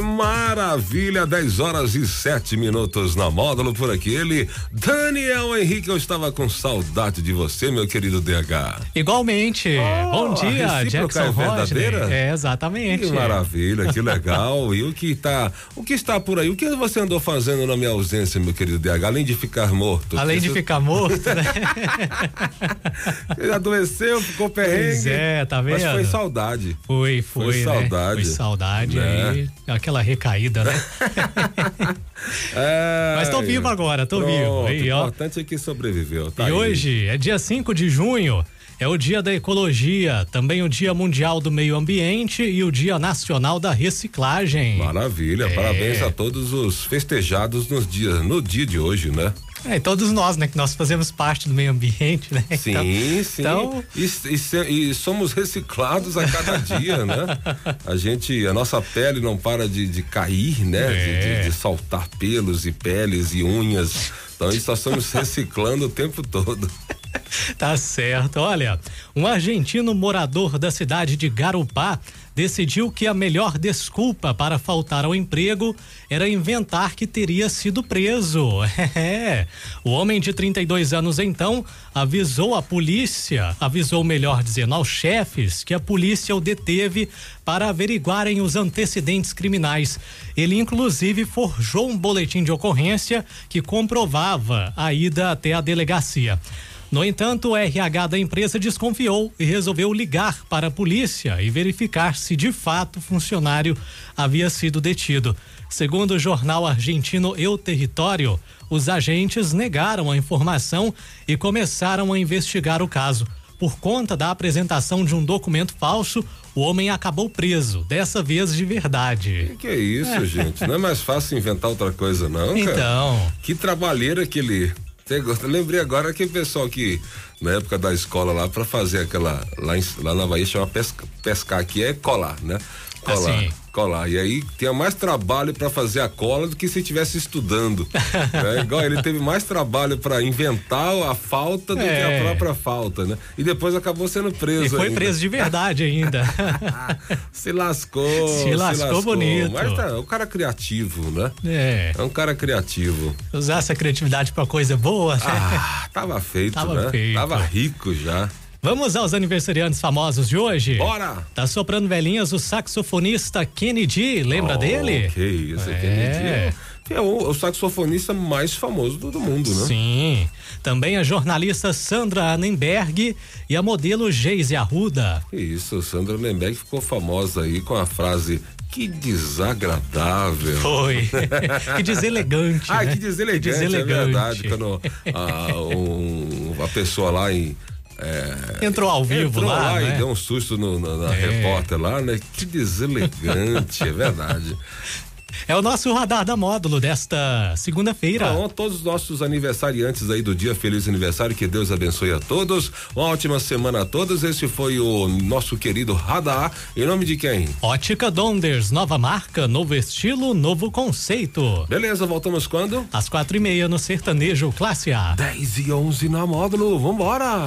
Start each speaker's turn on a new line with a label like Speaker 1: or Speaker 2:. Speaker 1: maravilha! 10 horas e 7 minutos na módulo por aqui. Ele, Daniel Henrique, eu estava com saudade de você, meu querido DH.
Speaker 2: Igualmente.
Speaker 1: Oh,
Speaker 2: Bom
Speaker 1: a
Speaker 2: dia,
Speaker 1: recíproca
Speaker 2: Jackson
Speaker 1: é
Speaker 2: Rodney.
Speaker 1: verdadeira?
Speaker 2: É, exatamente.
Speaker 1: Que maravilha, que legal. E o que tá, o que está por aí? O que você andou fazendo na minha ausência, meu querido DH, além de ficar morto?
Speaker 2: Além de
Speaker 1: Isso-
Speaker 2: ficar morto, né?
Speaker 1: Ele adoeceu, ficou perrengue.
Speaker 2: Pois é, tá
Speaker 1: Mas foi
Speaker 2: vendo?
Speaker 1: saudade.
Speaker 2: Foi, foi.
Speaker 1: Foi
Speaker 2: né?
Speaker 1: saudade.
Speaker 2: Foi saudade
Speaker 1: Né?
Speaker 2: aí. Aquela recaída, né?
Speaker 1: É,
Speaker 2: Mas tô vivo agora, tô
Speaker 1: pronto,
Speaker 2: vivo. Aí,
Speaker 1: O
Speaker 2: ó.
Speaker 1: importante é que sobreviveu. Tá
Speaker 2: E
Speaker 1: aí.
Speaker 2: hoje é dia 5 de junho. É o Dia da Ecologia, também o Dia Mundial do Meio Ambiente e o Dia Nacional da Reciclagem.
Speaker 1: Maravilha,
Speaker 2: É.
Speaker 1: parabéns a todos os festejados nos dias, no dia de hoje, né?
Speaker 2: É, e todos nós, né, que nós fazemos parte do meio ambiente, né?
Speaker 1: Sim,
Speaker 2: Então,
Speaker 1: sim.
Speaker 2: então-
Speaker 1: E, e se- e somos reciclados a cada dia, né? A gente, a nossa pele não para de, de cair, né?
Speaker 2: É.
Speaker 1: De, de- de saltar pelos e peles e unhas. Então, isso nós estamos reciclando o tempo todo.
Speaker 2: Tá certo. Olha, um argentino morador da cidade de Garupá decidiu que a melhor desculpa para faltar ao emprego era inventar que teria sido preso. É. O homem de 32 anos então avisou a polícia, avisou melhor dizendo aos chefes que a polícia o deteve para averiguarem os antecedentes criminais. Ele inclusive forjou um boletim de ocorrência que comprovava a ida até a delegacia. No entanto, o RH da empresa desconfiou e resolveu ligar para a polícia e verificar se de fato o funcionário havia sido detido. Segundo o jornal argentino Eu Território, os agentes negaram a informação e começaram a investigar o caso. Por conta da apresentação de um documento falso, o homem acabou preso, dessa vez de verdade.
Speaker 1: Que que é isso, gente? Não é mais fácil inventar outra coisa, não, cara?
Speaker 2: Então.
Speaker 1: Que trabalheira que ele. Você gosta- Lembrei agora aquele pessoal que na época da escola lá pra fazer aquela lá, em- lá na Bahia chama pesca, pescar aqui é colar, né? Colar,
Speaker 2: Assim.
Speaker 1: colar. E aí tinha mais trabalho pra fazer a cola do que se estivesse estudando. né? Igual ele teve mais trabalho pra inventar a falta do que
Speaker 2: É.
Speaker 1: a própria falta, né? E depois acabou sendo preso.
Speaker 2: E foi
Speaker 1: ainda.
Speaker 2: preso de verdade ainda.
Speaker 1: Se lascou.
Speaker 2: Se lascou bonito.
Speaker 1: Mas tá, é um cara criativo, né?
Speaker 2: É,
Speaker 1: É um cara criativo.
Speaker 2: usar essa criatividade pra coisa boa, né?
Speaker 1: Ah, tava feito,
Speaker 2: Tava
Speaker 1: né?
Speaker 2: feito.
Speaker 1: Tava rico já.
Speaker 2: Vamos aos aniversariantes famosos de hoje?
Speaker 1: Bora!
Speaker 2: Tá soprando velhinhas o saxofonista Kennedy, lembra
Speaker 1: Oh,
Speaker 2: dele?
Speaker 1: Que isso,
Speaker 2: É.
Speaker 1: Kennedy é, é o, o saxofonista mais famoso do, do mundo, né?
Speaker 2: Sim. Também a jornalista Sandra Annenberg e a modelo Geise Arruda.
Speaker 1: Que isso, Sandra Lembeck ficou famosa aí com a frase que desagradável.
Speaker 2: Foi. que deselegante.
Speaker 1: Ah,
Speaker 2: né?
Speaker 1: que deselegante,
Speaker 2: Deselegante.
Speaker 1: é verdade. Quando a, um- a pessoa lá em. é,
Speaker 2: Entrou ao vivo
Speaker 1: Entrou
Speaker 2: lá,
Speaker 1: e
Speaker 2: né? É.
Speaker 1: deu um susto no- na, na repórter lá, né? Que deselegante, é verdade.
Speaker 2: É o nosso radar da módulo desta segunda-feira.
Speaker 1: Então, a todos os nossos aniversariantes aí do dia, feliz aniversário, que Deus abençoe a todos. Uma ótima semana a todos. Esse foi o nosso querido Radar. Em nome de quem?
Speaker 2: Ótica Donders, nova marca, novo estilo, novo conceito.
Speaker 1: Beleza, voltamos quando?
Speaker 2: Às quatro e meia no Sertanejo Classe A.
Speaker 1: 10 e 11 na módulo. Vambora!